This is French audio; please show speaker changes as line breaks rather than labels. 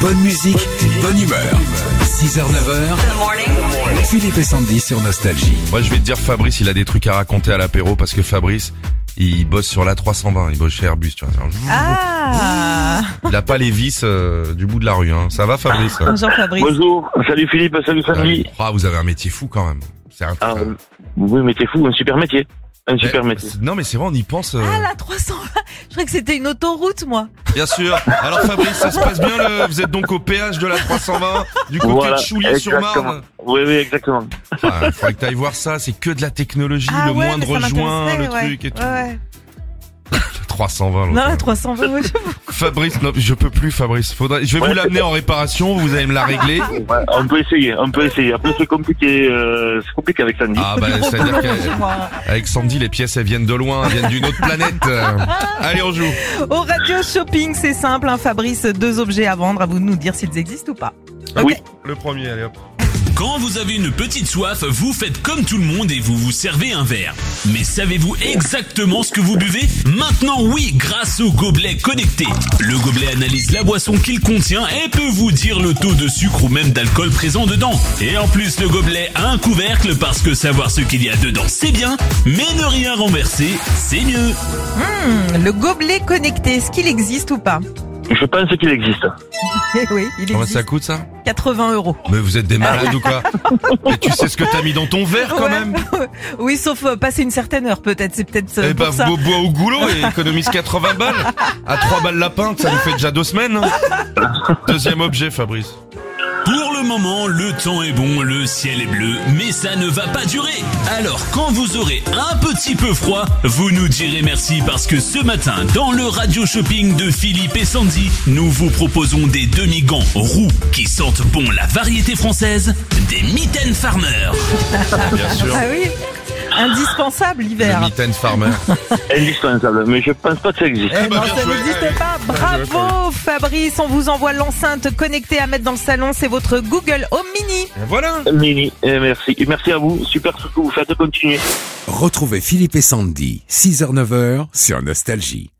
Bonne musique, bonne humeur. 6h, 9h. Philippe et Sandy sur Nostalgie.
Moi, je vais te dire, Fabrice, il a des trucs à raconter à l'apéro parce que Fabrice, il bosse sur la 320, il bosse chez Airbus, tu vois. c'est un-
Ah
Il a pas les vis euh, du bout de la rue, hein. Ça va, Fabrice
Bonjour Fabrice.
Bonjour, salut Philippe, salut Sandy.
Ah, vous avez un métier fou quand même. C'est un
Ah, euh, oui, mais t'es fou, un super métier. Un super
Eh,
métier.
c'est- Non, mais c'est vrai, on y pense. euh,
Ah la 300 Je croyais que c'était une autoroute moi.
Bien sûr. Alors, Fabrice, ça se passe bien. Le... Vous êtes donc au péage de la 320 du côté
Voilà,
de Choulier-sur-Marne.
Oui, oui, exactement.
Il faudrait que t'ailles voir ça. C'est que de la technologie,
ah
le moindre joint, le
ouais.
truc et tout.
Ouais, ouais.
320. l'autre.
Non la 300 ouais, je-
Fabrice, non, je peux plus, Fabrice. Faudrait, je vais
Ouais,
vous l'amener en réparation. Vous allez me la régler.
Ouais, Euh, on peut essayer, on peut essayer. Après, c'est compliqué, euh, c'est compliqué avec Sandy.
Ah bah c'est à dire
je crois.
qu'avec Sandy les pièces elles viennent de loin, elles viennent d'une autre planète. Euh, Allez on joue.
Au radio shopping c'est simple hein, Fabrice, deux objets à vendre, à vous de nous dire s'ils existent ou pas. Ok.
Oui.
Le premier allez hop.
Quand vous avez une petite soif, vous faites comme tout le monde et vous vous servez un verre. Mais savez-vous exactement ce que vous buvez Maintenant oui, grâce au gobelet connecté. Le gobelet analyse la boisson qu'il contient et peut vous dire le taux de sucre ou même d'alcool présent dedans. Et en plus, le gobelet a un couvercle parce que savoir ce qu'il y a dedans, c'est bien, mais ne rien renverser, c'est mieux.
Hmm, Le gobelet connecté, est-ce qu'il existe ou pas
Je pense qu'il existe.
Eh Oui, il
Comment Ah, ça
existe.
coûte ça
80 euros.
Mais vous êtes des malades ou quoi Mais tu sais ce que t'as mis dans ton verre quand
Ouais.
même
Oui, sauf euh, passer une certaine heure peut-être, c'est peut-être euh,
Eh
pour
bah
ça.
bo- bois au goulot et économise 80 balles à 3 balles la pinte, ça nous fait déjà deux semaines. hein. Deuxième objet Fabrice.
Pour le moment, le temps est bon, le ciel est bleu, mais ça ne va pas durer. Alors, quand vous aurez un petit peu froid, vous nous direz merci parce que ce matin, dans le radio shopping de Philippe et Sandy, nous vous proposons des demi-gants roux qui sentent bon la variété française des Mitten Farmer.
Bien sûr.
Ah oui, indispensable
Le
l'hiver.
Mitten Farmer.
Indispensable, mais je pense pas que ça existe.
Eh bah,
non,
bien
ça
joué.
n'existe pas.
joué,
Bravo, Fabrice. On vous envoie l'enceinte connectée à mettre dans le salon. C'est votre Google Home Mini.
Et Voilà
Mini, eh, merci. Et merci à vous. Super ce que vous faites. Continuez.
Retrouvez Philippe et Sandy, 6h, 9h sur Nostalgie.